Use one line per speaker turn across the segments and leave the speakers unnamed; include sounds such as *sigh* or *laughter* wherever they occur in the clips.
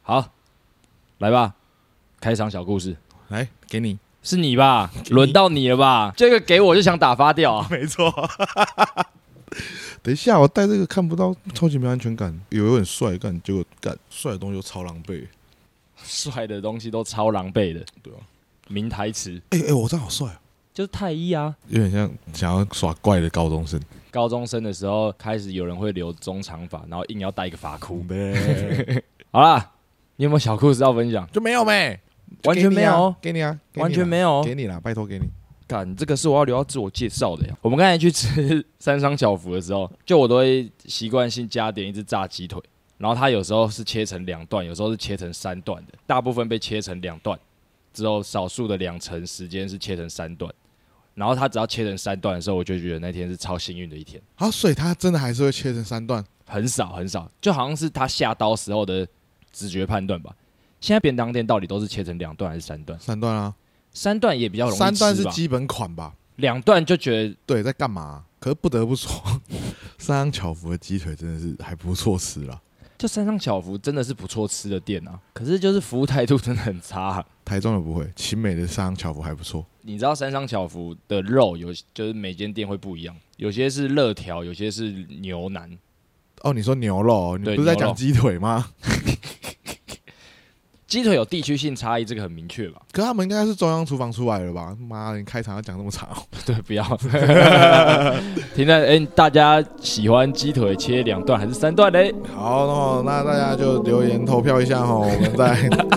好，来吧，开场小故事
来给你，
是你吧？
你
轮到你了吧？这个给我就想打发掉啊！
没错。 *laughs* 等一下，我戴这个看不到，超级没安全感。以为我很帅，干结果干帅的东西都超狼狈。
*laughs* 帅的东西都超狼狈的，
对啊，
名台词
哎、哎、我这样好帅、啊，
就是太医啊。
有点像想要耍怪的高中生。
高中生的时候开始有人会留中长发，然后硬要戴一个发箍。
呗，
好啦，你有没有小故事要分享？
就没有呗，
完全没有哦
给你啊，给你啊
完全没有哦
给你啦，拜托给你。
干，这个是我要留到自我介绍的呀。我们刚才去吃 *laughs* 三商小福的时候，就我都会习惯性加点一只炸鸡腿，然后它有时候是切成两段，有时候是切成三段的，大部分被切成两段，只有少数的两成时间是切成三段。然后它只要切成三段的时候，我就觉得那天是超幸运的一天，
啊，所以他真的还是会切成三段，
很少很少，就好像是他下刀时候的直觉判断吧。现在便当店到底都是切成两段还是三段？
三段啊，
三段也比较容易
三段
吃
是
吧
基本款吧？
两段就觉得
对，在干嘛、可是不得不说， *laughs* 三商巧福的鸡腿真的是还不错吃啦。
就山上小福真的是不错吃的店啊，可是就是服务态度真的很差啊、
台中的不会，秦美的三商巧福还不错。
你知道山上小福的肉有，就是每间店会不一样，有些是热条，有些是牛腩。
哦，你说牛肉，你
对
不是在
牛
讲
肉
鸡腿吗？ *laughs*
鸡腿有地区性差异，这个很明确吧？ *laughs*
可他们应该是中央厨房出来的吧？妈的，你开场要讲这么长哦， *laughs*
对，不要 *laughs* 停在哎、大家喜欢鸡腿切两段还是三段嘞？
好，那那大家就留言投票一下哦，我
*laughs*
们再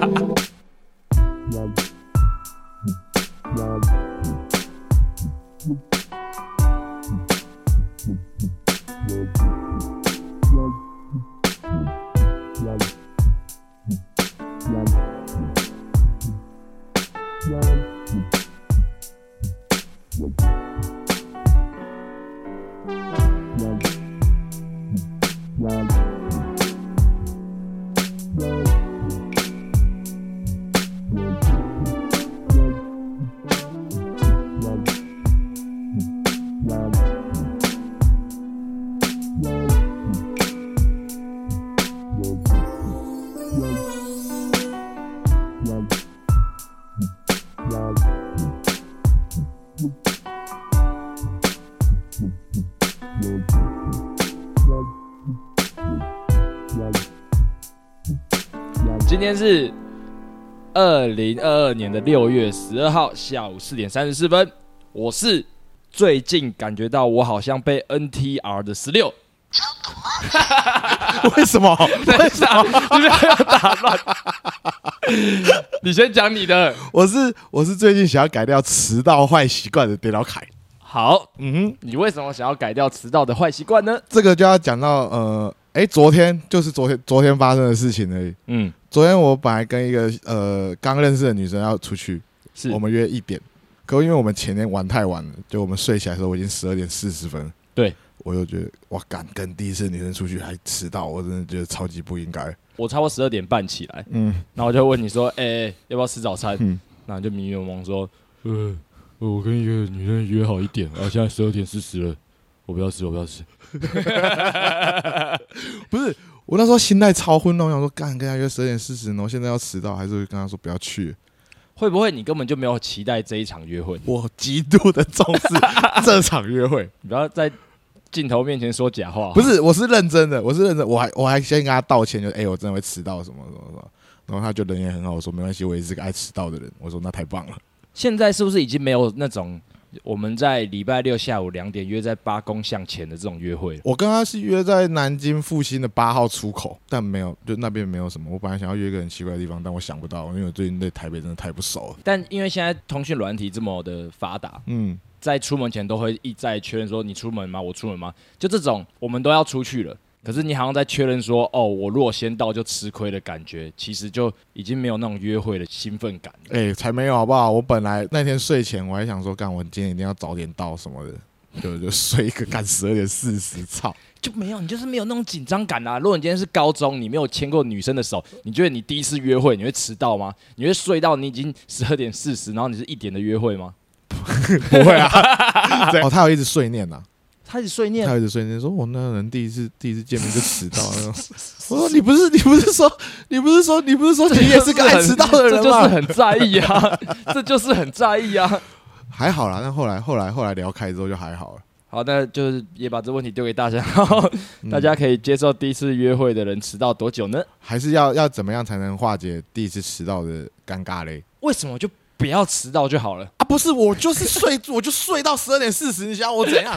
今天是二零二二年的六月十二号下午四点三十四分，我是最近感觉到我好像被 NTR 的十六
为什么？
*laughs* 为啥？你不要打乱。 *laughs* 你先讲你的。
我是我是最近想要改掉迟到坏习惯的跌倒凯。
好，
嗯哼，
你为什么想要改掉迟到的坏习惯呢？
这个就要讲到呃，哎，昨天就是昨天昨天发生的事情而已。
嗯，
昨天我本来跟一个呃刚认识的女生要出去，
是
我们约一点，可因为我们前天玩太晚了，就我们睡起来的时候我已经十二点四十分了。
对，
我就觉得哇，敢跟第一次女生出去还迟到，我真的觉得超级不应该。
我差不多十二点半起来，
嗯，
然后我就问你说：“哎、要不要吃早餐？”
嗯
然后你就迷迷蒙蒙说：“呃，我跟一个女生约好一点，啊，现在十二点四十了，我不要吃，我不要吃。
不是，我那时候心态超混乱，我想说干跟他约十二点四十，然后现在要迟到，还是跟他说不要去。”
会不会你根本就没有期待这一场约会？
我极度的重视 *laughs* 这场约会，
你不要在镜头面前说假话。
不，是，我是认真的，我是认真，我还我还先跟他道歉，就哎、我真的会迟到什么什么什么，然后他就人也很好，我说没关系，我也是个爱迟到的人，我说那太棒了，
现在是不是已经没有那种我们在礼拜六下午两点约在八公巷前的这种约会了？
我跟他是约在南京复兴的八号出口，但没有，就那边没有什么。我本来想要约一个很奇怪的地方，但我想不到，因为我最近对台北真的太不熟了。
但因为现在通讯软体这么的发达，
嗯，
在出门前都会一再确认说你出门吗？我出门吗？就这种我们都要出去了，可是你好像在确认说哦，我如果先到就吃亏的感觉，其实就已经没有那种约会的兴奋感了。
哎、才没有好不好？我本来那天睡前我还想说，干，我今天一定要早点到什么的，就就睡一个干十二点四
*laughs*
十，操！
就没有，你就是没有那种紧张感啊！如果你今天是高中，你没有牵过女生的手，你觉得你第一次约会你会迟到吗？你会睡到你已经十二点四十，然后你是一点的约会吗？
*laughs* 不会啊，对哦，他有一直碎念呐、
他一直碎 *laughs* 念
他，有一瞬间说：“我那人第一次第一次见面就迟到了。”我说：“你不是你不是说你不是说你不是说你也是个爱迟到
这
的人
就是
吗
很在意啊，这就是很在意啊。？”
还好啦，但后来后来后来聊开之后就还好了。
好，那就是也把这问题丢给大家， *laughs* 然后
嗯
大家可以接受第一次约会的人迟到多久呢？
还是要要怎么样才能化解第一次迟到的尴尬嘞？
为什么就不要迟到就好了？
啊，不是，我就是睡， *laughs* 我就睡到十二点四十，你想我怎样？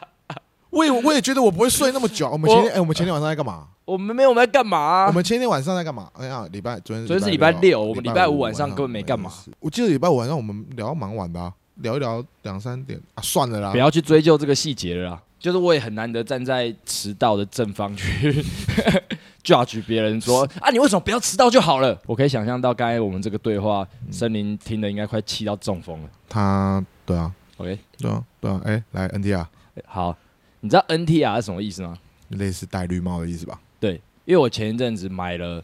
*laughs* 我也我也觉得我不会睡那么久。我们前天哎、我们前天晚上在干嘛？
我们没有我们在干嘛、啊
我们前天晚上在干嘛？哎呀，礼拜昨天
昨天是
拜
礼拜六
啊
我们
礼
礼拜五
五
晚上根本没干嘛。
我记得礼拜五晚上我们聊到蛮晚的、啊，聊一聊两三点啊，算了啦
不。要去追究这个细节了啦。就是我也很难得站在迟到的正方去 *laughs* judge 别人说 *laughs* 啊，你为什么不要迟到就好了？嗯我可以想象到刚才我们这个对话，森林听的应该快气到中风了。
他对啊，
OK，
对啊，对啊，哎、来 NTR，
好，你知道 NTR 是什么意思吗？
类似戴绿帽的意思吧？
对，因为我前一阵子买了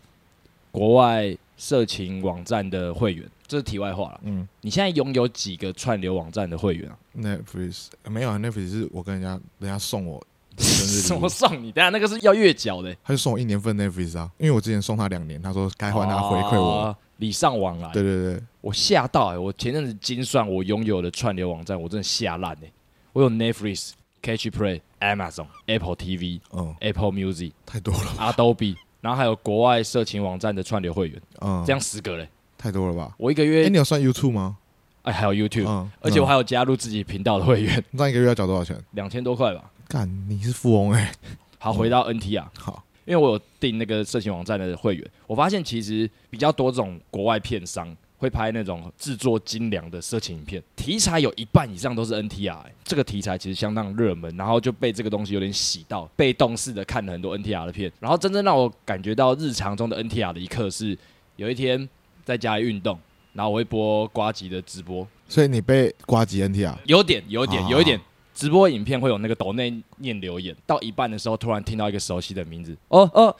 国外色情网站的会员，这是题外话了。
嗯
你现在拥有几个串流网站的会
*laughs*
员啊？
，Netflix 呃没有啊，Netflix 是我跟人家人家送我生日
什
礼
么
物，
送你？等下那个是要月缴的、
他就送我一年份 Netflix 啊，因为我之前送他两年，他说该
还
换他回馈我。
礼尚往来。
对对对，
我吓到哎、我前阵子精算我拥有的串流网站，我真的吓烂哎！我有 Netflix、Catch Play、Amazon、Apple TV、
嗯，
Apple Music、
太多了，
Adobe，然后还有国外色情网站的串流会员，
嗯，
这样十个嘞。
太多了吧？
我一个
哎、
月
你有算 YouTube 吗？
哎还有 YouTube，
嗯，
而且我
还
还有加入自己频道的会员，
那一个月要缴多少钱？
两千多块吧。
干，你是富翁哎、
好，回到 NT 啊，
*laughs* 好，
因为我有订那个色情网站的会员，我发现其实比较多这种国外片商会拍那种制作精良的色情影片，题材有一半以上都是 NTR，、欸、这个题材其实相当热门，然后就被这个东西有点洗到，被动式的看了很多 NTR 的片，然后真正让我感觉到日常中的 NTR 的一刻是，有一天在家里运动，然后我会播瓜吉的直播，
所以你被瓜吉 NT 啊？
有点，有点，
啊
有一点。直播影片会有那个抖内念留言，到一半的时候突然听到一个熟悉的名字，哦哦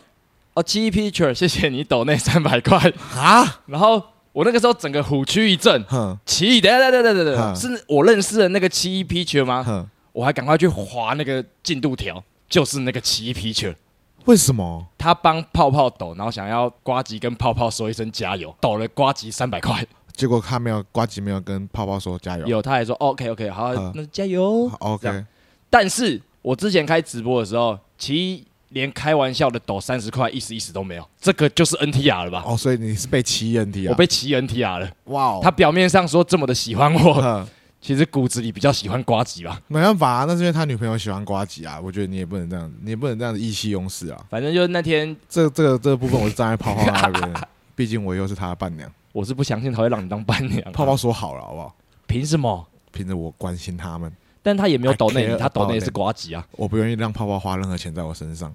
哦，七 picture，谢谢你抖内三百块。 *laughs*
啊？
然后我那个时候整个虎躯一震，
哼
奇，等一下等一下等一下等一下，
嗯
是我认识的那个七 picture 吗？
哼，
我还赶快去划那个进度条，就是那个七 picture。
为什么？
他帮泡泡抖，然后想要瓜吉跟泡泡说一声加油，抖了瓜吉三百块。
结果他没有瓜吉没有跟泡泡说加油。
有，他还说 OK OK，好
嗯，
那加油
好。
这
OK，
样但是我之前开直播的时候，其实连开玩笑的抖三十块一时一时都没有，这个就是 NTR 了吧？
哦，所以你是被七 NT 啊？
我被骑 NTR 了。
哇哦，
他表面上说这么的喜欢
*laughs*
我，
哼
其实骨子里比较喜欢瓜吉吧。
没办法啊，那是因为他女朋友喜欢瓜吉啊。我觉得你也不能这样，你也不能这样子意气用事啊。
反正就是那天，
这这个这个部分我是站在泡泡那边，毕竟我又是他的伴娘。
我是不相信他会让你当伴娘啊。
泡泡说好了，好不好？
凭什么？
凭着我关心他们，
但他也没有抖内
I care
你，他抖
about
内
them
是瓜吉啊。
我不愿意让泡泡花任何钱在我身上。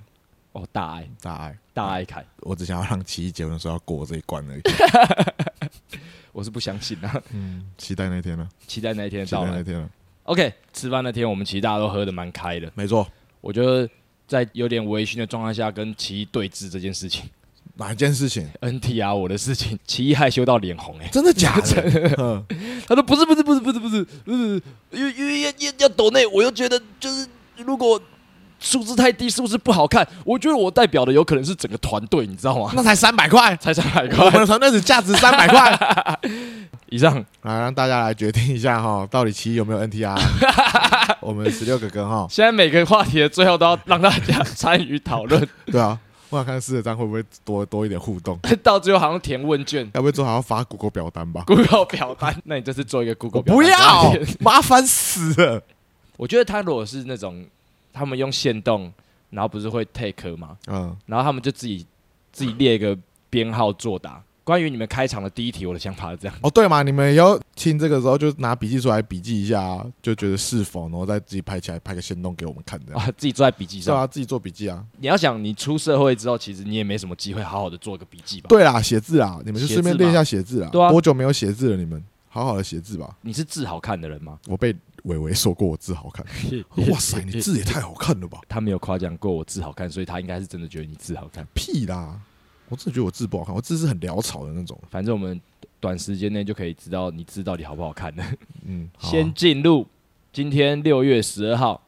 哦，大爱
大爱，
大爱凯，
我只想要让奇艺结婚的时候要过我这一关而已。
我是不相信啊。 *laughs*
嗯， *laughs* 期待那天了，
期待那一天
期
到
待那
来。
天了。
OK，吃饭那天我们其实大家都喝的蛮开的，
没错，
我就在有点微醺的状态下跟奇艺对峙这件事情。
哪一件事情？
NTR 我的事情， *laughs* 奇艺害羞到脸红哎、
真的假的？ *laughs* 嗯
他说不是不是不是不是不是不是，因为因为要要要抖内，我又觉得就是如果数字太低，数字不好看，我觉得我代表的有可能是整个团队，你知道吗？
那才三百块，
才三百
我们
块
的团队只价值三百 *laughs* 块。
*laughs* 以上，
来，让大家来决定一下哈，到底奇艺有没有 *laughs* NTR？我们十六个哥哈，
现在每个话题的最后都要让大家参与讨 *laughs* 论，
对啊，我想看狮子张会不会多多一点互动，
到最后好像填问卷
要不然最后还要发 Google 表单吧？
，Google 表单。 *laughs* 那你这次做一个 Google
我
表单
不要
给他填，
麻烦死了。
*laughs* 我觉得他如果是那种他们用线动，然后不是会 take 吗？
嗯，
然后他们就自己自己列一个编号作答。关于你们开场的第一题，我的想法是这样：
哦对嘛，你们也要听这个时候就拿笔记出来笔记一下啊，就觉得是否，然后再自己拍起来拍个行动给我们看这样。
啊， *laughs* 自己坐在笔记
是
上。
啊，自己做笔记啊。
你要想，你出社会之后，其实你也没什么机会好好的做个笔记吧？，
对啦，写字啊，你们就顺便练一下写字啊。
对啊
多久没有写字了？你们好好的写字吧。
你是字好看的人吗？
我被伟伟说过我字好 *laughs* 看，哇塞，你字也太好看了吧！
他没有夸奖过我字好看，所以他应该是真的觉得你字好看。
屁啦！我真的觉得我字不好看，我字是很潦草的那种。
反正我们短时间内就可以知道
啊
你字到底好不好看的。
嗯，好啊
先进入今天六月十二号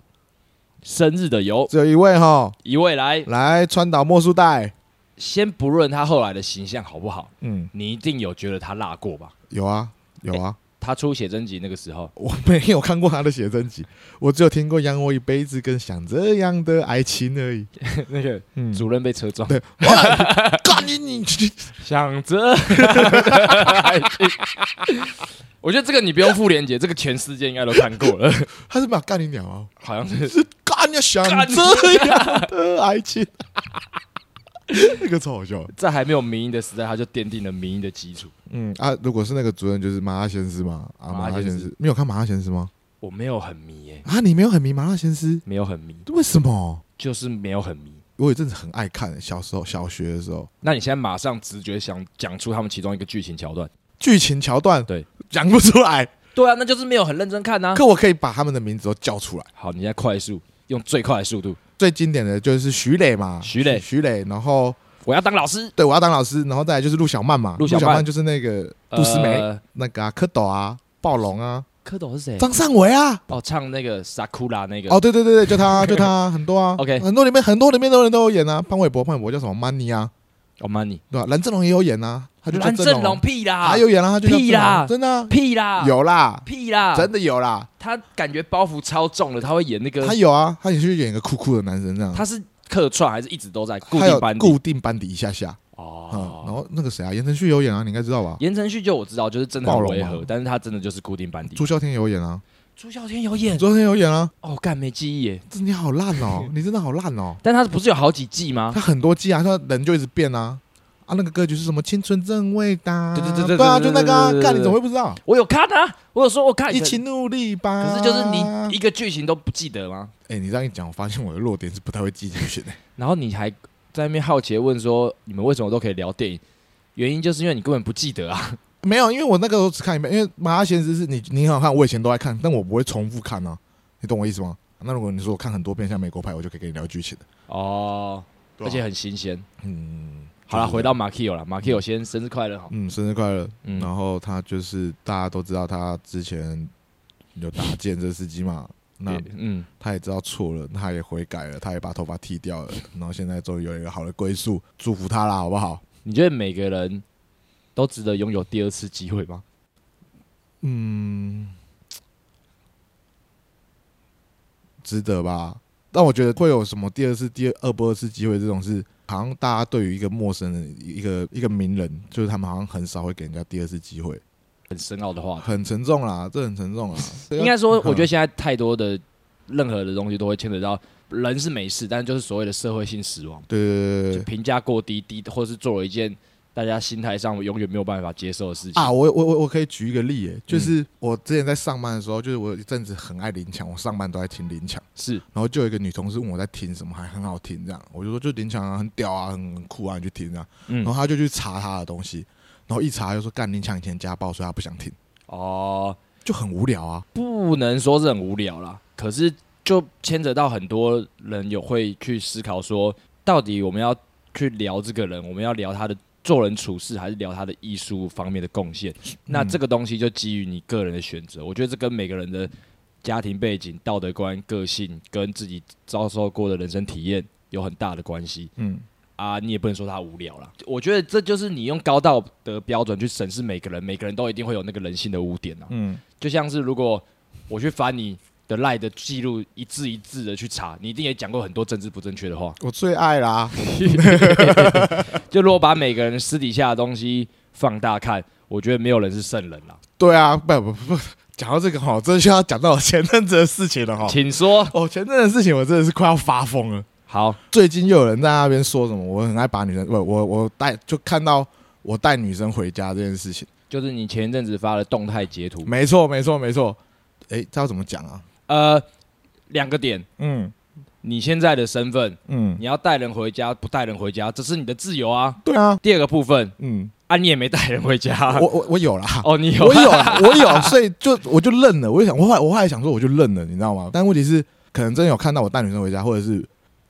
生日的有
只有一位哈，
一位来，
来川岛莫树代，
先不论他后来的形象好不好，
嗯，
你一定有觉得他辣过吧？
有啊有啊，
他出写真集那个时候，
我没有看过他的写真集，我只有听过《养我一辈子》跟《想这样的爱情》而已。
那个
嗯，
主任被车撞，
对哇干你你你
想 *laughs* 着，我觉得这个你不用附链接，这个全世界应该都看过 *laughs* 了，
他是把干你鸟啊，
好像是
是干你想
干
这样的爱情，那个超好笑的。
在还没有民音的时代，他就奠定了民音的基础。
嗯啊，如果是那个主任，就是麻辣鲜师嘛。啊，
麻辣
麻辣
鲜
鲜
师
师，你有看麻辣鲜师吗？
我没有很迷耶、
啊，你没有很迷麻辣鲜师，
没有很迷，
为什么？
就是没有很迷。
我有一阵子很爱看，小时候小学的时候，
那你现在马上直觉想讲出他们其中一个剧情桥段？
剧情桥段
对
讲不出来，
对啊，那就是没有很认真看呐、啊
可我可以把他们的名字都叫出来。
好，你现在快速用最快的速度，
最经典的就是徐磊嘛，
徐磊
徐磊，然后
我要当老师。
对我要当老师，然后再来就是陆小曼嘛，
陆
陆
小曼
小曼就是那个杜思梅，
呃
那个啊，蝌蚪啊，暴龙啊，
蝌蚪是 *laughs* 谁？
张善伟啊，
哦，唱那个《Sakura》那个。
哦，对对对对，就
*laughs*
他啊，就他啊，很多啊
OK
很多里面很多里面都有人都有演啊，潘玮柏，潘玮柏叫什么 Money 啊，
哦，Money。
对吧？蓝正龙也有演啊，他就叫
蓝正龙
龙，
屁啦，
他有演啊，他就叫
屁
正龙
啦
真的啊
屁啦，
有啦，
屁啦，
真的有啦，
他感觉包袱超重了，他会演那个
他，有啊，他也是演一个酷酷的男生这样，
他是客串还是一直都在固
他有
定班底
固定班底一下下，嗯，然
哦。
后那个谁啊，言承旭有演啊，你应该知道吧？
言承旭就我知道，就是真的很
暴龙
违
嘛
和，但是他真的就是固定班底
朱。孝天有演啊，
朱孝天有演
朱孝天有演啊，
哦，干没记忆耶，
这你好烂
*laughs*
哦，你真的好烂哦。
但他不是有好几季吗？
他很多季啊，他人就一直变啊啊，那个歌曲是什么？青春正味道，
对对对对
对啊，
对
就
对
那个啊
对对对对对
干，你怎么会不知道？
我有看啊，我有说我看，
一起啊努力吧。
可是就是你一，个剧情都不记得吗？
哎，你这样一讲，我发现我的弱点是不太会记剧情
*laughs*
的。
然后你还在那边好奇地问说，你们为什么都可以聊电影？原因就是因为你根本不记得啊。
没有，因为我那个时候只看一遍，因为《麻辣鲜师》是你你很好看，我以前都爱看，但我不会重复看啊，你懂我意思吗？那如果你说我看很多遍，像美国派，我就可以跟你聊剧情的。
哦，而
对啊
且很新鲜。
嗯，
好了，
就是
回到马 Q 了，马 Q 先生日快乐哈。
嗯，生日快乐。
嗯，
然后他就是大家都知道他之前
*laughs*
有打建设司机嘛，那
也嗯，
他也知道错了，他也悔改了，他也把头发剃掉了，然后现在终于有一个好的归宿，祝福他啦，好不好？
你觉得每个人都值得拥有第二次机会吗？
嗯，值得吧？但我觉得会有什么第二次、第二二不二次机会这种事，好像大家对于一个陌生人、一个一个名人，就是他们好像很少会给人家第二次机会，
很深奥的话题，
很沉重啦，这很沉重啦。
*laughs* 应该说，我觉得
得
现在太多的任何的东西都会牵扯到人是没事，但是就是所谓的社会性死亡，
*laughs* 对对对
就
对对
评价过低低，或是做了一件大家心态上永远没有办法接受的事情
啊！我我我我可以举一个例、欸，就是我之前在上班的时候，就是我有一阵子很爱林强，我上班都在听林强。
是
然后就有一个女同事问我在听什么，还很好听这样，我就说就林强啊，很屌啊，很很酷啊，你去听啊。
嗯
然后她就去查他的东西，然后一查就说干林强以前家暴，所以她不想听，
哦，
就很无聊啊。
不能说是很无聊啦，可是就牵扯到很多人有会去思考说，到底我们要去聊这个人，我们要聊他的做人处事，还是聊他的艺术方面的贡献？那这个东西就基于你个人的选择，我觉得这跟每个人的家庭背景、道德观、个性跟自己遭受过的人生体验有很大的关系
嗯，
啊。你也不能说他无聊啦，我觉得这就是你用高道德标准去审视每个人，每个人都一定会有那个人性的污点啊。
嗯
就像是如果我去翻你的赖的记录，一字一字的去查，你一定也讲过很多政治不正确的话。
我最爱啦。
就如果把每个人私底下的东西放大看，我觉得没有人是圣人啦。
*laughs* 对啊，不不不，讲到这个哈，这就要讲到我前阵子的事情了哈。
请说。
哦，前阵子的事情我真的是快要发疯了。
好，
最近又有人在那边说什么，我很爱把女生，不，我我带就看到我带女生回家这件事情。
就是你前一阵子发的动态截图，
没错，没错，没错。诶，这要怎么讲啊？
呃，两个点，
嗯
你现在的身份，
嗯，
你要带人回家，不带人回家，这是你的自由啊。
对啊，
第二个部分，
嗯，
啊，你也没带人回家，
我我我有啦，
*laughs*
*laughs*
哦，你有
我啊有啊啦，我有，所以就我就认了。我就想，我后来我后来想说，我就认了，你知道吗？但问题是，可能真的有看到我带女生回家，或者是，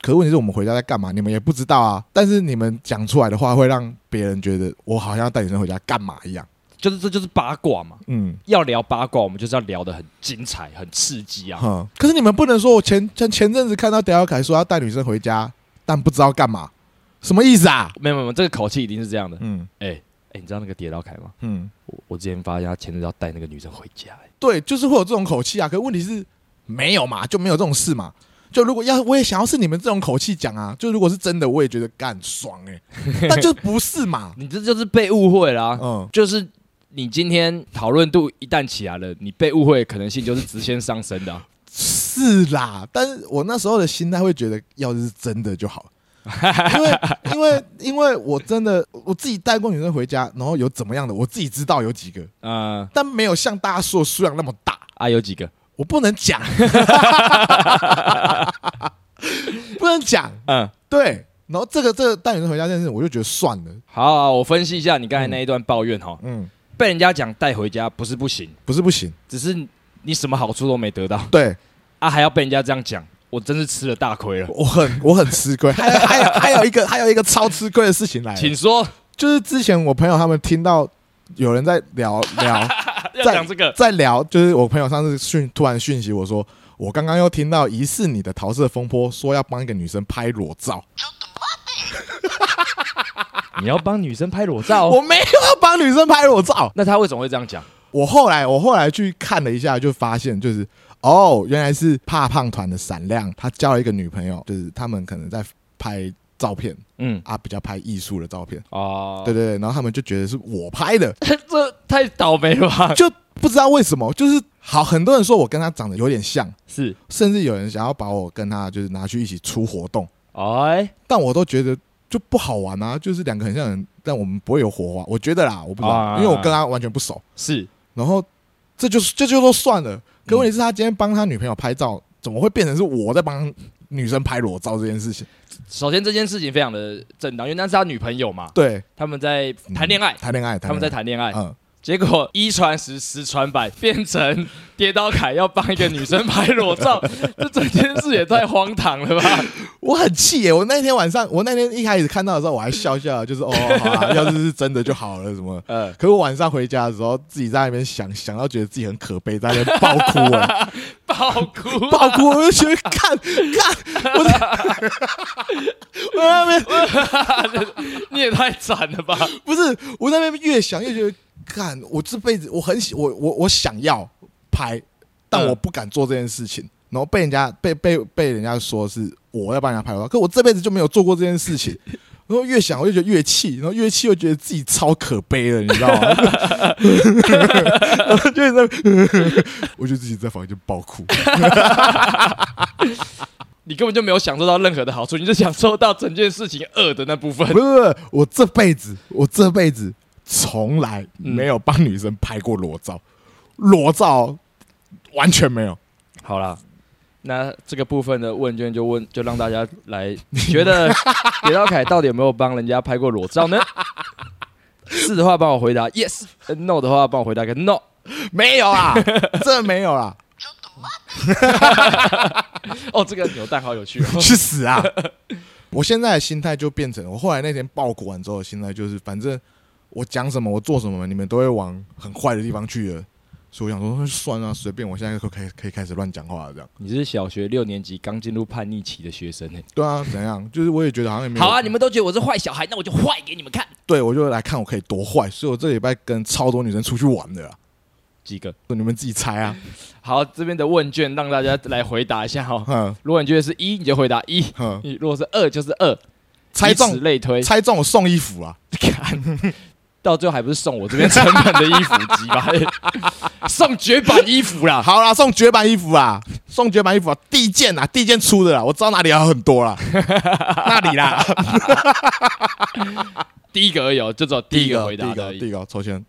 可是问题是我们回家在干嘛，你们也不知道啊。但是你们讲出来的话，会让别人觉得我好像要带女生回家干嘛一样。
*laughs* 就是这就是八卦嘛。
嗯，
要聊八卦，我们就是要聊得很精彩、很刺激啊！
哼。可是你们不能说我前前前阵子看到德耀凯说要带女生回家，但不知道干嘛，什么意思啊？
没有没有，没有这个口气一定是这样的。
嗯
哎、哎、你知道那个跌倒凯吗？
嗯，
我我之前发现他前阵子要带那个女生回家、哎
对，就是会有这种口气啊。可问题是没有嘛，就没有这种事嘛。就如果要，我也想要是你们这种口气讲啊。就如果是真的，我也觉得干爽哎、但就不是嘛。
你这就是被误会啦、
*laughs* 嗯，
哦就是你今天讨论度一旦起来了，你被误会的可能性就是直线上升的 *laughs* 啊、
是啦。但是我那时候的心态会觉得，要是真的就好了。因为因为因为我真的我自己带过女生回家，然后有怎么样的，我自己知道有几个，
嗯
但没有像大家说的数量那么大。
啊，有几个？
我不能讲， *laughs* 不能讲，
嗯，
对。然后这个这个带女生回家这件事，我就觉得算了，
好好好我分析一下你刚才那一段抱怨哈、
嗯，
被人家讲带回家不是不行，
不是不行，
只是你什么好处都没得到
对
啊，还要被人家这样讲，我真是吃了大亏了。
我很我很吃亏。还有还有还有一个还有一个超吃亏的事情来了，
请说，
就是之前我朋友他们听到有人在聊 *laughs* 聊
要讲这个，
在聊，就是我朋友上次讯突然讯息我说，我刚刚又听到疑似你的桃色风波，说要帮一个女生拍裸照，
你要帮女生拍裸照
我没有要帮女生拍裸照，
那他为什么会这样讲？
我后来我后来去看了一下，就发现就是哦，原来是怕胖团的闪亮，他交了一个女朋友，就是他们可能在拍照片
嗯，
啊，比较拍艺术的照片，
哦，
对，对对，然后他们就觉得是我拍的，
*laughs* 这太倒霉了吧？
就不知道为什么，就是好很多人说我跟他长得有点像，
是，
甚至有人想要把我跟他就是拿去一起出活动，
哎，
但我都觉得。就不好玩啊，就是两个很像人，但我们不会有火花。我觉得啦，我不知道，
啊
因为我跟他完全不熟。
是，
然后这就是这就都算了，可问题是，他今天帮他女朋友拍照，怎么会变成是我在帮女生拍裸照这件事情？
首先这件事情非常的正当，因为那是他女朋友嘛，
对，
他们在谈恋爱，
谈恋爱，
他们在
嗯谈
谈恋爱
恋，爱，嗯，
结果一传十，十传百，变成跌倒凯要帮一个女生拍裸
*laughs*
照，这整件事也太荒唐了吧？
我很气耶！我那天晚上，我那天一开始看到的时候，我还笑笑，就是哦，好
*laughs*
啊，要是是真的就好了，什么。
呃，
可我晚上回家的时候，自己在那边想，想到觉得自己很可悲，在那边爆哭哎、
爆哭，
爆哭！我就觉得看看，我在 *laughs* 我在那边
你也太惨了吧？
不是，我在那边越想越觉得，干，我这辈子我很喜，我我我想要拍，但
嗯
我不敢做这件事情，然后被人家被被被人家说是我要帮人家拍照，可我这辈子就没有做过这件事情。然后越想我就觉得越气，然后越气又觉得自己超可悲了，你知道吗？ *laughs* 然后就在，我就自己在 *laughs* 房间爆哭。
你根本就没有享受到任何的好处，你就享受到整件事情恶的那部分
不。是不是，我这辈子我这辈子从来
嗯
没有帮女生拍过裸照，裸照完全没有。
好啦，那这个部分的问卷就问，就让大家来，你觉 *laughs* 得铁道凯到底有没有帮人家拍过裸照呢？是的话，帮我回答 yes；no、No 的话，帮我回答个 no。
没
*laughs*
有啦，真的没有啦，
哦，这个扭蛋好有趣哦。
去死啊！我现在的心态就变成，我后来那天爆哭完之后的心态就是，反正我讲什么，我做什么，你们都会往很坏的地方去的。所以我想说，算啊，随便，我现在可以可以可以开始乱讲话了，这样
*laughs* 你是小学六年级刚进入叛逆期的学生欸呢、
对啊，怎样？就是我也觉得好像也没有
好啊，你们都觉得我是坏小孩，那我就坏给你们看。
对我就来看我可以多坏，所以我这礼拜跟超多女生出去玩的啊啦，
几个
你们自己
*laughs*
猜啊，
好，这边的问卷让大家来回答一下哦。
哼
如果你觉得是一，你就回答一；
哼，
你如果是二，就是二。
猜
以此
中
类推，
*laughs* 猜中我送衣服啊啦，
看， *laughs* 到最后还不是送我这边成本的衣服机吧？ *laughs* 送绝版衣服啦！
好啦，送绝版衣服啊，送绝版衣服啊，地件啊，地件出的啦，我知道哪里还有很多啦，那里啦，
*laughs* 第一个而已哦，就走 *laughs* 第一个回
第
答
一
的而
个，
已
第一个抽签。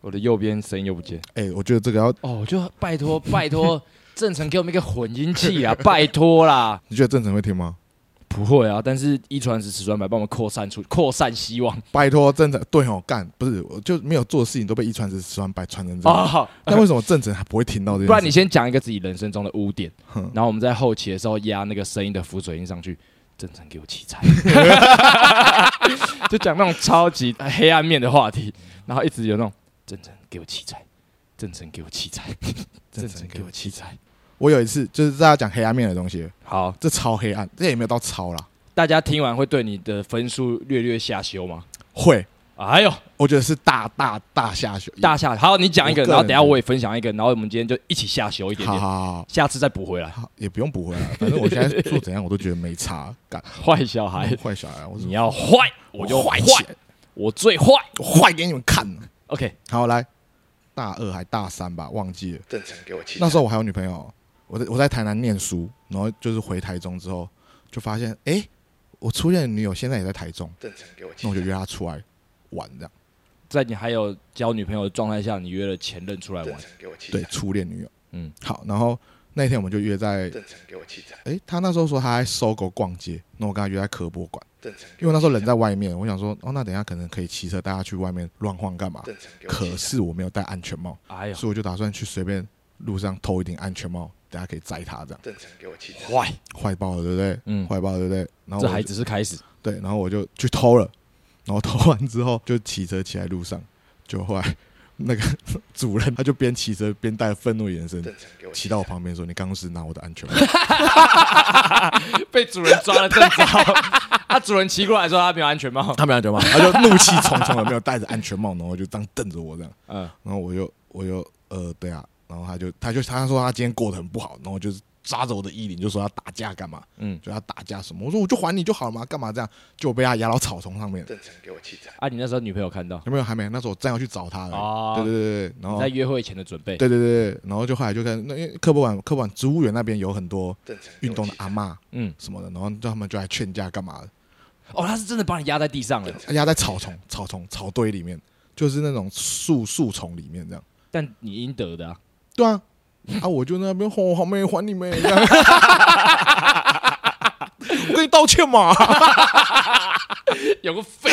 我的右边声音又不见
哎、我觉得这个要，
哦，我就拜 *laughs* 托拜托，郑成给我们一个混音器 *laughs* 啊，拜托啦！
你觉得郑成会听吗？
不会啊，但是一传十，十传百，帮我们扩散出扩散希望
拜托郑成，对哦，干不是，我就没有做的事情都被一传十，十传百，传成这样。
啊、哦！
但为什么郑成还不会听到这件事？
不然你先讲一个自己人生中的污点，
哼
然后我们在后期的时候压那个声音的浮水音上去。真诚给我奇才， *laughs* 就讲那种超级黑暗面的话题，然后一直有那种真诚给我奇才，真诚给我奇才，真诚给我奇才。
我有一次就是大家讲黑暗面的东西，
好，
这超黑暗，这也没有到超啦，
大家听完会对你的分数略略下修吗？
会，
哎呦，
我觉得是大大大下雪，
大下好，你讲一个，
我个人
然后等一下我也分享一个，然后我们今天就一起下修一点
好
点，
好好
下次再补回来。
好，啊也不用补回来，反正我现在做怎样我都觉得没差， *laughs* 干
坏小孩，
坏小孩，我是
你要坏我就坏
坏，起来
我最坏。
我坏给你们看啊。
OK，
好，来，大二还大三吧，忘记了。
正常给我气。
那时候我还有女朋友，我在我在台南念书，然后就是回台中之后，就发现哎、诶我初恋的女友现在也在台中，
正常给我气
那。我就约她出来玩，这样
在你还有交女朋友的状态下，你约了前任出来玩
正，常给我气。
对，初恋女友，
嗯，
好，然后那天我们就约在，
正常给我气场。
哎、她那时候说她在搜狗逛街，那我跟她约在科博馆，
正常
因为我那时候人在外面，我想说哦，那等一下可能可以骑车带她去外面乱晃干嘛，
正常给我气
可是我没有戴安全帽，
哎呦，
所以我就打算去随便路上偷一顶安全帽，等下可以摘她这样，
正常给我气场。
坏，
坏爆了对不对？
嗯，
坏爆了对不对？然后
这
我
还
就
只是开始。 *laughs*
对，然后我就去偷了，然后偷完之后就骑车骑在路上，就后来 *laughs* 那个主任他就边骑车边带愤怒眼神
正常给我
骑
气
到我。
场
旁边
*laughs*
说：“你刚刚是拿我的安全帽。
被主人抓了正着，
*laughs*
他啊主人骑过来说他没有安全帽”，
他没有安全帽，他就怒气冲冲的没有戴着安全帽，然后就这样瞪着我这样，
嗯，
然后我就我就呃对啊，然后他就他就他说他今天过得很不好，然后就是抓着我的衣领就说要打架干嘛，
嗯，
就要打架什么，我说我就还你就好了嘛，干嘛这样？就被他压到草丛上面，
正常给我气场。
啊，你那时候女朋友看到
有没有？还没，那时候我正要去找他了，
哦
对对对对，然后
你在约会前的准备，
对对对，对然后就后来就跟那因为科博馆科博馆植物园那边有很多
正常给
运
我
动
气
的阿
场。
嬷
嗯，
什么的，然后他们就来劝架干嘛的，
哦，他是真的把你压在地上了，
压在草丛草丛草堆里面，就是那种树树丛里面这样。
但你应得的
*laughs*
啊，
对啊，啊我就在那边吼，我好没还你们，这样我跟你道歉嘛。
有个废，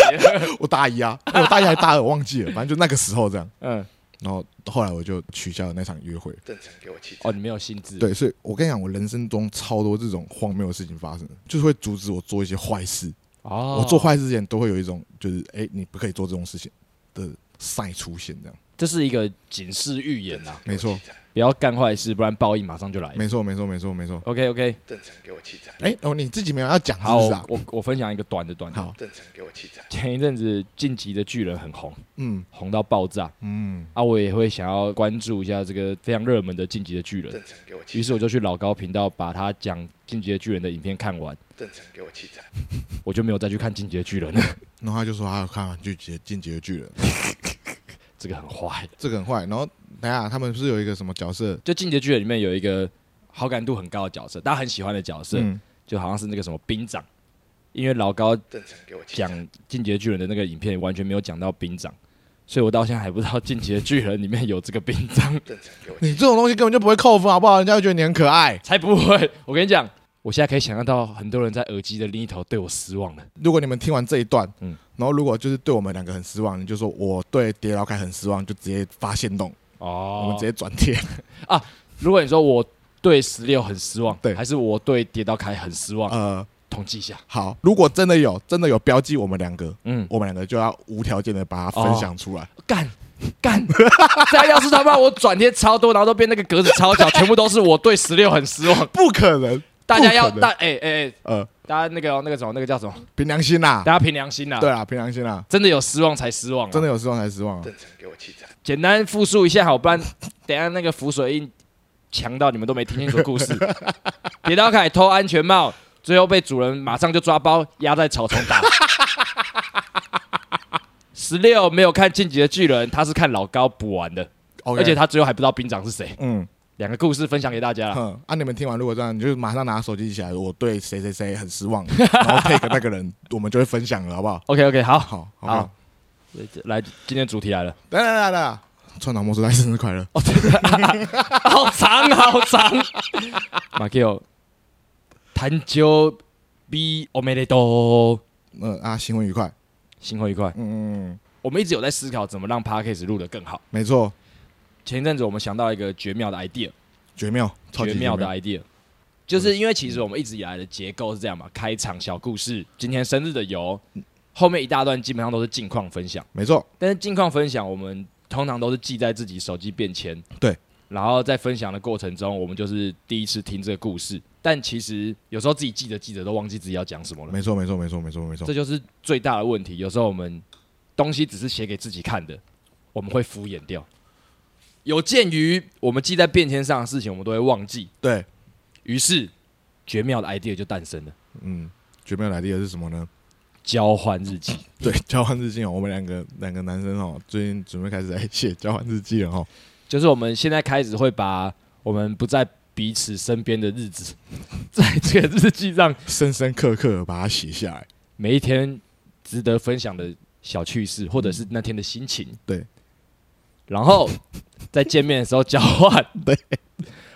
我大一啊，我大一还大二我忘记了，反正就那个时候这样。
*laughs* 嗯，
然后后来我就取消了那场约会。
正常给我气场。
哦，你没有兴致，，
对，所以我跟你讲，我人生中超多这种荒谬的事情发生，就是会阻止我做一些坏事。
哦，
我做，坏事之前都会有一种就是哎、诶你不可以做这种事情的赛出现，这样
这是一个警示预言呐，
没错，
不要干坏事，不然报应马上就来了。
没错，没错，没错，没错。
OK OK，
正常给我气场。
哎、哦，你自己没有要讲是
好，
不是
我
啊？
我我分享一个短的短的，
好，
正常给我气场。
*laughs* 前一阵子《晋级的巨人》很红，
嗯
红到爆炸
嗯，
啊，我也会想要关注一下这个非常热门的《晋级的巨人》。
正常给我气
于是
场。
我就去老高频道把他讲《进击的巨人》的影片看完，
正常给我气场。
*laughs* 我就没有再去看《进击的巨人》了。 *laughs*
然后他就说他有看完《进击进击的巨人》，
这个很坏。
这个很坏。然后等一下他们是不是有一个什么角色？
就《进击的巨人》里面有一个好感度很高的角色，大家很喜欢的角色，
嗯
就好像是那个什么兵长，因为老高
正常给我气
讲
场。
《进击的巨人》的那个影片完全没有讲到兵长，所以我到现在还不知道《进击的巨人》里面有这个兵长，
正常给我
你这种东西根本就不会扣分，好不好？人家会觉得你很可爱。
才不会。我跟你讲，我现在可以想象到很多人在耳机的另一头对我失望了。
如果你们听完这一段，
嗯
然后如果就是对我们两个很失望，你就说我对叠老凯很失望，就直接发现动，
哦
我们直接转贴。
如果你说我对十六很失望，
对
还是我对跌倒凯很失望，
呃，
统计一下。
好，如果真的有真的有标记我们两个，
嗯，
我们两个就要无条件的把它分享出来。
干干， *laughs* 这样要是他妈我转贴超多，然后都变那个格子超小，全部都是我对十六很失望。
不可能，
大家要
不可能
大哎哎哎，
呃，
大家那个哦那个什么那个叫什么？
凭良心啦，
大家凭良心呐、
对，啦，啊凭良心啦，
真的有失望才失望、啊。
真的有失望才失望啊。
正常给我气场。
简单复述一下好，不然 *laughs* 等一下那个浮水印强到你们都没听清楚故事。铁刀凯偷安全帽，最后被主人马上就抓包，压在草丛打。十六没有看《晋级的巨人》，他是看老高补完的
OK，
而且他最后还不知道兵长是谁。
嗯
两个故事分享给大家了。
哼，啊，你们听完如果这样，你就马上拿手机起来，我对谁谁谁很失 *laughs* 望，然后 take 那个人，我们就会分享了，好不好？
OK OK，好，
好，好不
好
好，
来，今天主题来了， *laughs*
来来来来来，川岛莫说来生日快乐，
好长好长。马 Q，谈酒 B 欧美的多，
嗯啊，新婚愉快，
新婚愉快。
嗯，
我们一直有在思考怎么让 podcast 录得更好。
没错，
前一阵子我们想到一个绝妙的 idea，
绝妙，超级
绝妙的 idea，就是因为其实我们一直以来的结构是这样嘛，开场小故事，今天生日的由，后面一大段基本上都是近况分享。
没错，
但是近况分享，我们通常都是记在自己手机便签。
对。
然后在分享的过程中，我们就是第一次听这个故事，但其实有时候自己记着记着都忘记自己要讲什么了，
没错，没错，没错，没错，没错
这。就是最大的问题。有时候我们东西只是写给自己看的，我们会敷衍掉。有鉴于我们记在便签上的事情，我们都会忘记，
对，
于是绝妙的 idea 就诞生了——
嗯，绝妙来的是什么呢？
交换日记。
*laughs* 对，交换日记哦，我们两个两个男生哦，最近准备开始在写交换日记了哦。
就是我们现在开始会把我们不在彼此身边的日子， *laughs* 在这个日记上
深深刻刻地把它写下来。
每一天值得分享的小趣事，或者是那天的心情。
嗯对，
然后在见面的时候交换，
*laughs* 对，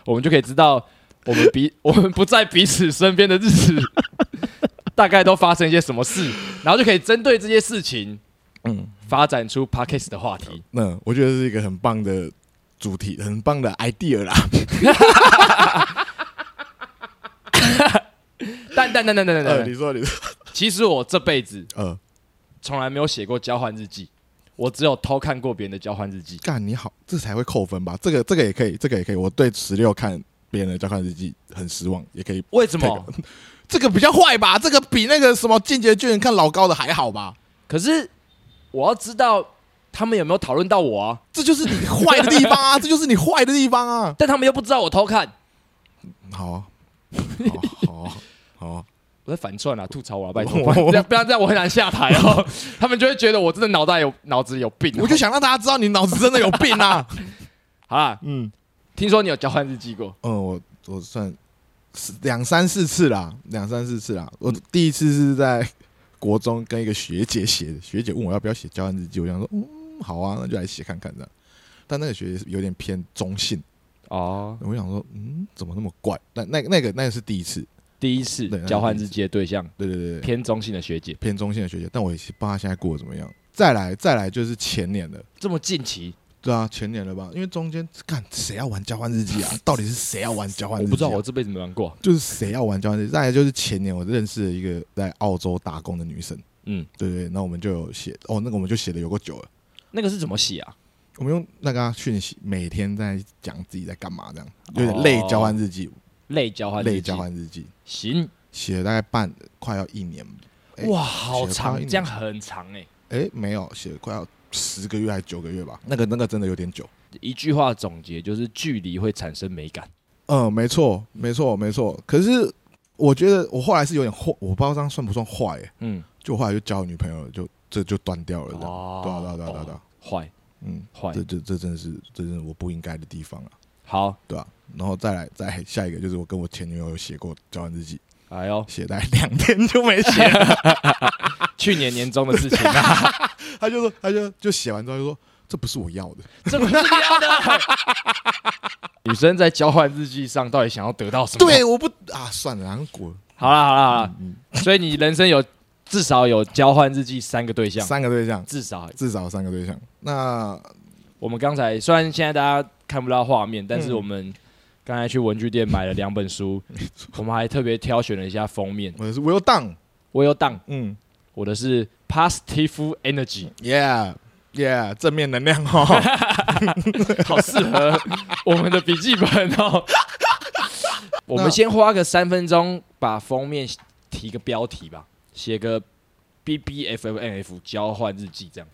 我们就可以知道我们彼我们不在彼此身边的日
*laughs*
子，大概都发生一些什么事，然后就可以针对这些事情
嗯，
发展出 p o d c a s t 的话题。
那我觉得是一个很棒的主题，很棒的
*laughs*
idea 啦。
但但但但但
呃，
但但，
你说，你说， *laughs*
其实我这辈子
呃，
从来没有写过交换日记，我只有偷看过别人的交换日记。
干你好，这才会扣分吧？这个，这个也可以，这个也可以。我对十六看别人的交换日记很失望，也可以。
为什么？
这个比 *laughs* 较坏吧？这个比那个什么进阶巨人看老高的还好吧？
可是我要知道他们有没有讨论到我啊？
这就是你坏的地方
*laughs*
啊！这就是你坏的地方啊！
但他们又不知道我偷看，
好啊，好啊，好啊，好啊。
我在反串啊，吐槽我啊，拜托，
*laughs*
不然
我
这样不然这样我很难下台
*laughs*
哦。他们就会觉得我真的脑袋有脑子有病哦、
我就想让大家知道你脑子真的有病 *laughs* 啊！
好啦，
嗯
听说你有交换日记过，
嗯，我我算是两三四次啦，两三四次啦。我第一次是在国中跟一个学姐写的，学姐问我要不要写交换日记，我想说，嗯，好啊，那就来写看看这样。但那个学姐有点偏中性，
哦，
我想说，嗯，怎么那么怪？那那那个那个是第一次，
第一次
对
交换日记的对象
对对对对，
偏中性的学姐，
偏中性的学姐，但我也不知道她现在过得怎么样。再来再来就是前年的，
这么近期，
对啊，前年了吧？因为中间干谁要玩交换日记啊？到底是谁要玩交换日
我
记啊、
不知道我这辈子没玩过，
就是谁要玩交换日记。再来就是前年我认识了一个在澳洲打工的女生，
嗯，
对对，对那我们就有写哦，那个我们就写的有够久了。
那个是怎么写啊？
我们用那个啊讯息，每天在讲自己在干嘛，这样有点类交换日记，
类交换日记，
类哦交换日记，
行，
写了大概半快要一年，哎
哇，好
写了快要
长，
一年
这样很长哎、
哎，没有写了快要十个月还是九个月吧？那个那个真的有点久。
一句话总结就是距离会产生美感。
嗯，没错，没错，没错。可是我觉得我后来是有点坏，我不知道这样算不算坏、欸，
嗯，
就后来就交女朋友了，就这就断掉了这样。
哦
对啊，对啊，对啊，对啊对啊，
坏
嗯，
坏
这这这真的是这真是我不应该的地方啊，
好，
对啊，然后再来再来下一个就是我跟我前女友有写过交换日记，
哎呦，
写大概两天就没写了， *laughs*
去年年中的事情 *laughs* 啊，
他就说他就就写完之后就说这不是我要的，
这不是你要的。女生在交换日记上到底想要得到什么？
对，，我不啊算了，然后果
好啦好啦好啦，
嗯
所以你人生有至少有交换日记三个对象，
三个对象，
至少
至少三个对象，那
我们刚才虽然现在大家看不到画面，但是
嗯
我们刚才去文具店买了两本
*laughs*
书，我们还特别挑选了一下封面。
我的是 Will Down，
我有档，
嗯
我的是 Positive Energy，
，Yeah Yeah，正面能量哦。 *laughs*
好适合我们的笔记本哦。我们先花个三分钟把封面提个标题吧，写个 B B F F N F 交换日记这样。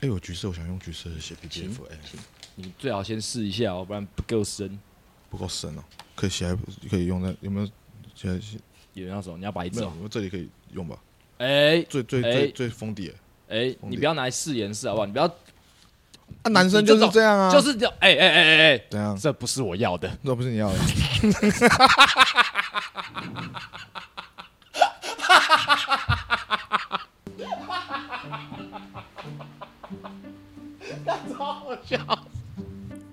哎、我橘色，我想用橘色的写 B B
行
F 哎 N，
你最好先试一下哦，不然不够深。
不够深哦，可以写在，可以用在有没有？写在写
有那种你要白
没
字
有，
哦
我。们这里可以用吧？
哎
最最
哎
最最封底的，
哎，你不要拿来试颜色好不好？你不要
啊，男生就是这样啊，
就是这哎哎哎哎哎，
怎样？
这不是我要的。
这不是你要的，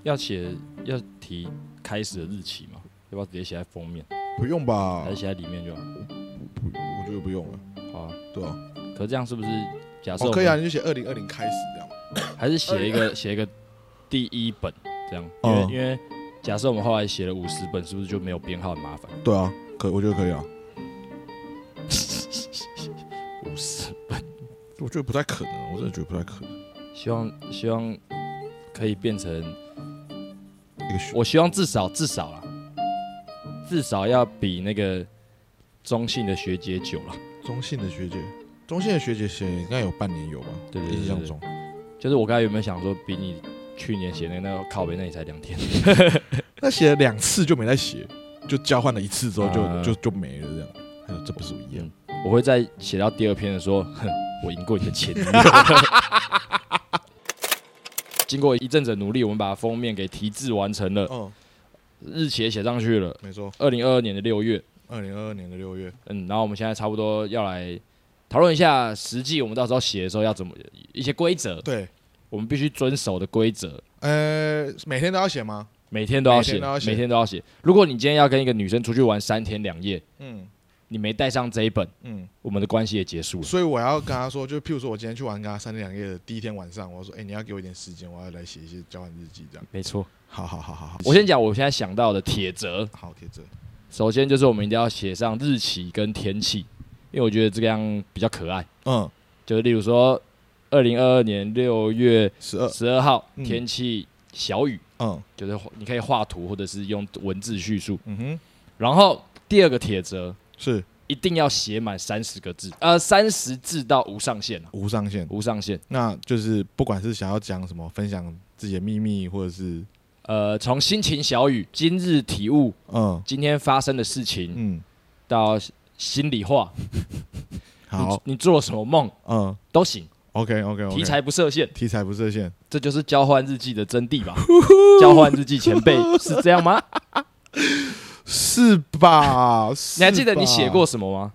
要写要提开始的日期嘛？要不要直接写在封面，
*laughs* 不用吧
还？是写在里面就好？
不我觉得不用了，
好啊。
对吧、
可这样是不是？假设
哦，
我
可以
们
啊，你就写二零二零开始这样。
还是写一个写一个第一本这样，因为、
嗯
因为假设我们后来写了五十本，是不是就没有编号很麻烦？
对啊，可我觉得可以啊，
五十，
我觉得不太可能，我真的觉得不太可能。
希望希望可以变成，
一个学
我希望至少至少啦，至少要比那个中性的学姐久了。
中性的学姐，中性的学姐写应该有半年有吧？
对对对
印象中
就是我刚才有没有想说，比你去年写那个那个靠北那里才两天， *laughs*
那写了两次就没再写，就交换了一次之后就、
啊
就就没了这样。还有这不是我一样，
我会在写到第二篇的时候，哼，我赢过你的前女友。 *laughs* 经过一阵子的努力，我们把封面给提制完成了，
嗯，
日期也写上去了，
没错，
二零二二年的六月。
二零二二年的六月，
嗯，然后我们现在差不多要来讨论一下实际我们到时候写的时候要怎么一些规则，
对，
我们必须遵守的规则，
呃，每天都要写吗？
每天都要写
每天都要，写
每天都要写。如果你今天要跟一个女生出去玩三天两夜，
嗯
你没带上这一本，
嗯，
我们的关系也结束了。
所以我要跟他说，就譬如说我今天去玩，跟他三天两夜的第一天晚上，我要说，哎、你要给我一点时间，我要来写一些交换日记，这样。
没错，
好好好好好，
我先讲我现在想到的铁则，
好贴着，
首先就是我们一定要写上日期跟天气，因为我觉得这样比较可爱。
嗯，
就是例如说，二零二二年六月
十二，
十二号
嗯
天气小雨，
嗯
就是画你可以画图或者是用文字叙述。
嗯哼，
然后第二个铁则
是
一定要写满三十个字，呃，三十字到无上限啊，
无上限。
无上限。
那就是不管是想要讲什么，分享自己的秘密，或者是
呃，从心情小雨、今日体悟、
嗯
今天发生的事情
嗯，
到心里话，
好，
你，你做了什么梦
嗯
都行，
，OK OK OK，
题材不设限。
题材不设限，
这就是交换日记的真谛
*laughs*
吧？交换日记前辈是这样吗？
是吧？
*laughs* 你
你
还记得你写过什么吗？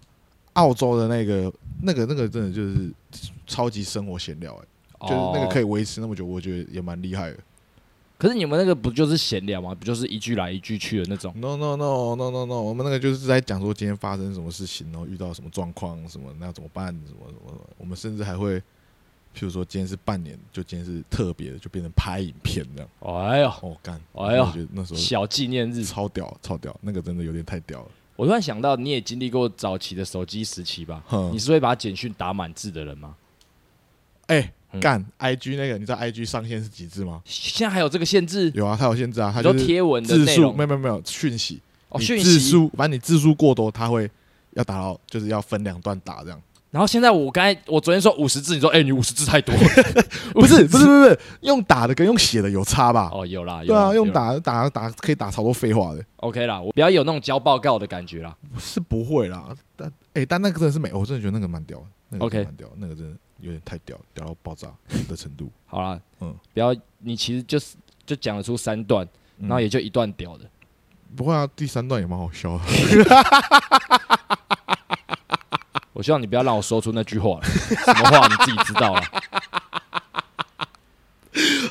澳洲的那个那个那个真的就是超级生活闲聊、欸，就是那个可
以。
以维持那么久，我觉得也蛮厉害的。
哦可是你们那个不就是闲聊吗？不就是一句来一句去的那种？
No no no no no no，我们那个就是在讲说今天发生什么事情，然后遇到什么状况，什么那怎么办，什么什么什么。我们甚至还会，譬如说今天是半年，就今天是特别的，就变成拍影片这样。
哎呦，
哦，干！
哎呦
我觉得那时候
小纪念日！
超屌，超屌，那个真的有点太屌了。
我突然想到，你也经历过早期的手机时期吧？
哼
你是会把简讯打满字的人吗？
哎、
嗯
干、IG 那个，你知道 IG 上限是几字吗？
现在还有这个限制？
有啊，它有限制啊，它
你说
就是
贴文的
字
内
数，
容
没有没有没有讯息，
哦，
你
讯
字
息。
数，反正你字数过多，它会要打到，就是要分两段打这样。
然后现在我刚才我昨天说五十字，你说哎、你五十字太多。
*laughs* 不是不是不是不是，用打的跟用写的有差吧？
哦，有啦，有
对
啦
啊，用
有啦
打打打可以打超多废话的，
OK 啦，我不要有那种交报告的感觉啦。
是不会啦。但哎、但那个真的是美，我真的觉得那个蛮屌的，那个
OK
真的蛮屌的，那个真的有点太屌，屌到爆炸的程 *laughs* 度。
好啦，嗯
嗯，
不要你其实就是就讲得出三段，
嗯
然后也就一段屌的。
不会啊，第三段也蛮好笑的。 *laughs*
我希望你不要让我说出那句话了，什么话你自己知道了。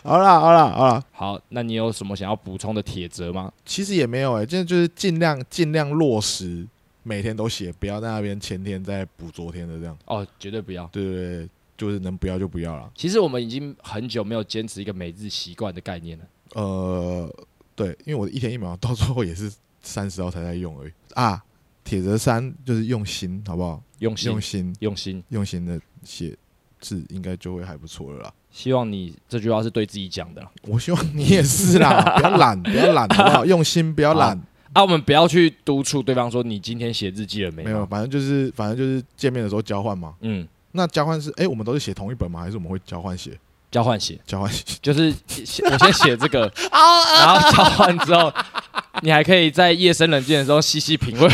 好啦好啦好啦，
好，那你有什么想要补充的铁则吗？
其实也没有哎、欸，真的就是尽量尽量落实，每天都写，不要在那边前天再补昨天的这样。
哦，绝对不要。
对对对，就是能不要就不要啦。
其实我们已经很久没有坚持一个每日习惯的概念了。
呃，对，因为我一天一秒到最后也是 *laughs* 三十号才在用而已啊。铁则三就是用心，好不好？
用心，
用心，
用心。
用心的写字，应该就会还不错了啦。
希望你这句话是对自己讲的啦
我希望你也是啦，不 *laughs* 要懒，不要懒，好不好？用心，不要懒。
啊！我们不要去督促对方说你今天写日记了没
没有，反正就是，反正就是见面的时候交换嘛。
嗯，
那交换是，哎、我们都是写同一本吗？还是我们会交换写？
交换写，
交换写？
就是写 *laughs* 我先写这
*laughs*
个，然
呃
后交换之后，你还可以在夜深人静的时候细细
*laughs*
品味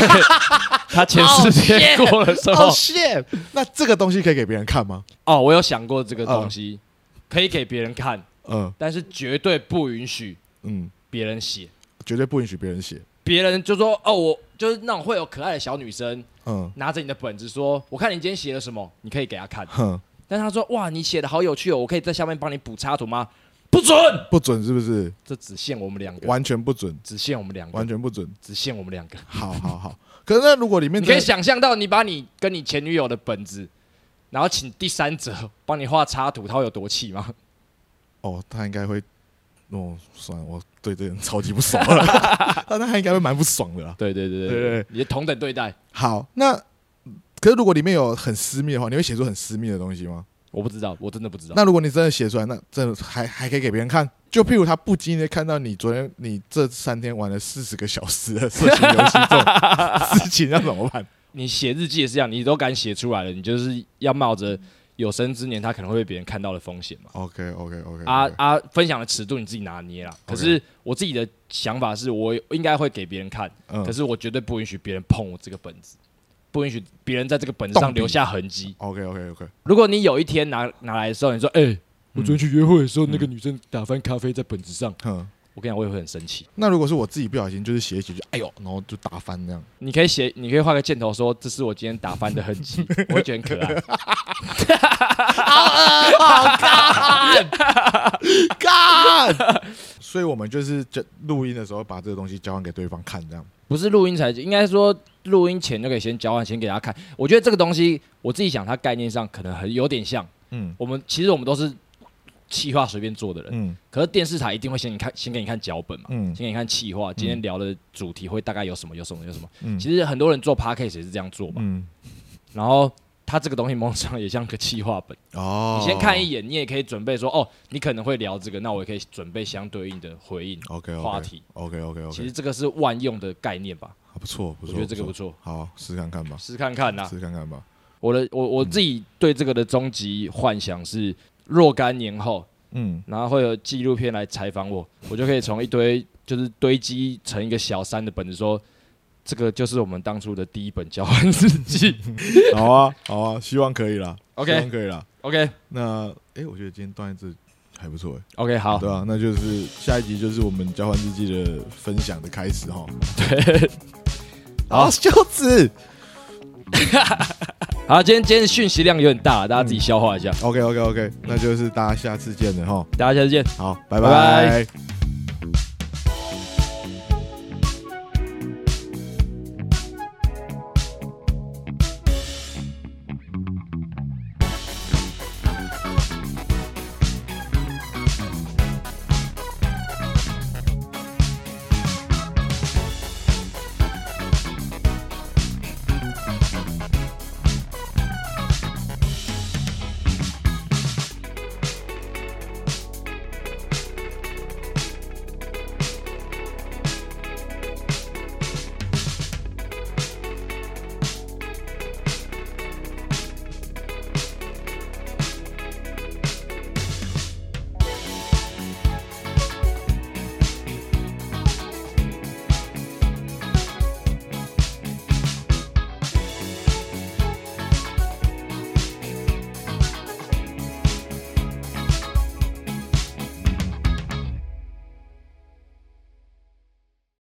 他前四天过的时候
哦、。shit！那这个东西可以给别人看吗？
哦，我有想过这个东西，可以给别人看，
嗯
但是绝对不允许
嗯，
别人写。
绝对不允许别人写。
别人就说：“哦，我就是那种会有可爱的小女生
嗯
拿着你的本子说，我看你今天写了什么，你可以给她看。
哼，”
但她说：“哇，你写的好有趣哦，我可以在下面帮你补插图吗？”不准，
不准是不是？
这只限我们两个，
完全不准，
只限我们两
完
个，
全不准。
只限我们两个。
好好好。 *laughs* 可是那如果里面
你可以
真的
想象到，你把你跟你前女友的本子，然后请第三者帮你画插图，他会有多气吗？
哦，他应该会哦，算了，我对这个人超级不
*laughs*
爽了，但他应该会蛮不爽的啦。
对对对
对
对
对，
你就同等对待，
好，那可是如果里面有很私密的话，你会写出很私密的东西吗？
我不知道，我真的不知道。
那如果你真的写出来，那真的还还可以给别人看。就譬如他不经意的看到你昨天你这三天玩了四十个小时的色情游戏这种事情，那怎么
*laughs*
办？
你写日记也是这样，你都敢写出来了，你就是要冒着有生之年他可能会被别人看到的风险嘛。
OK OK OK
啊啊，分享的尺度你自己拿捏啦。可是我自己的想法是我应该会给别人看，
嗯
可是我绝对不允许别人碰我这个本子，不允许别人在这个本子上
动笔
留下痕迹。
OK OK OK，
如果你有一天拿拿来的时候，你说，
嗯
哎、我昨天去约会的时候，那个女生打翻咖啡在本子上，
哼。
我跟你讲，我也会很生气。
那如果是我自己不小心，就是写一写就哎呦，
嗯
然后就打翻这样。
你可以写，你可以画个箭头说，这是我今天打翻的痕
*laughs*
迹，我会觉得很可爱。啊
*laughs* 干，所以我们就是就录音的时候把这个东西交换给对方看，这样。
*laughs* 不是录音才，应该说录音前就可以先交换，先给大家看。我觉得这个东西，我自己想，它概念上可能很有点像
嗯
我们，其实我们都是企划随便做的人，
嗯
可是电视台一定会先给你看，先给你看脚本嘛，
嗯
先给你看企划，今天聊的主题会大概有什么，有什么，有什么。
嗯
其实很多人做 podcast 也是这样做嘛，
嗯，
然后。它这个东西某种程度上也像个企划本，
哦，
你先看一眼，你也可以准备说，哦，你可能会聊这个，那我也可以准备相对应的回应。
OK
话题
OK OK
其
OK，
实这个是万用的概念吧，
啊不错不
我
错，
觉得这个不错，啊
好，试看看吧，
试看看啦。
试看看吧。
我的我
嗯
我自己对这个的终极幻想是，若干年后，
嗯，
然后会有纪录片来采访我，我就可以从一堆就是堆积成一个小山的本子说。这个就是我们当初的第一本交换日记。
好啊好啊，希望可以啦
OK
希望可以啦。
OK
那哎，我觉得今天断一次还不错哎，
OK，好，
对啊，那就是下一集就是我们交换日记的分享的开始哈。
对，好
好，秀子
好，今天今天的讯息量有点大，大家自己消化一下。
，OK OK OK，那就是大家下次见了哈。
大家下次见。
好，拜
拜
拜。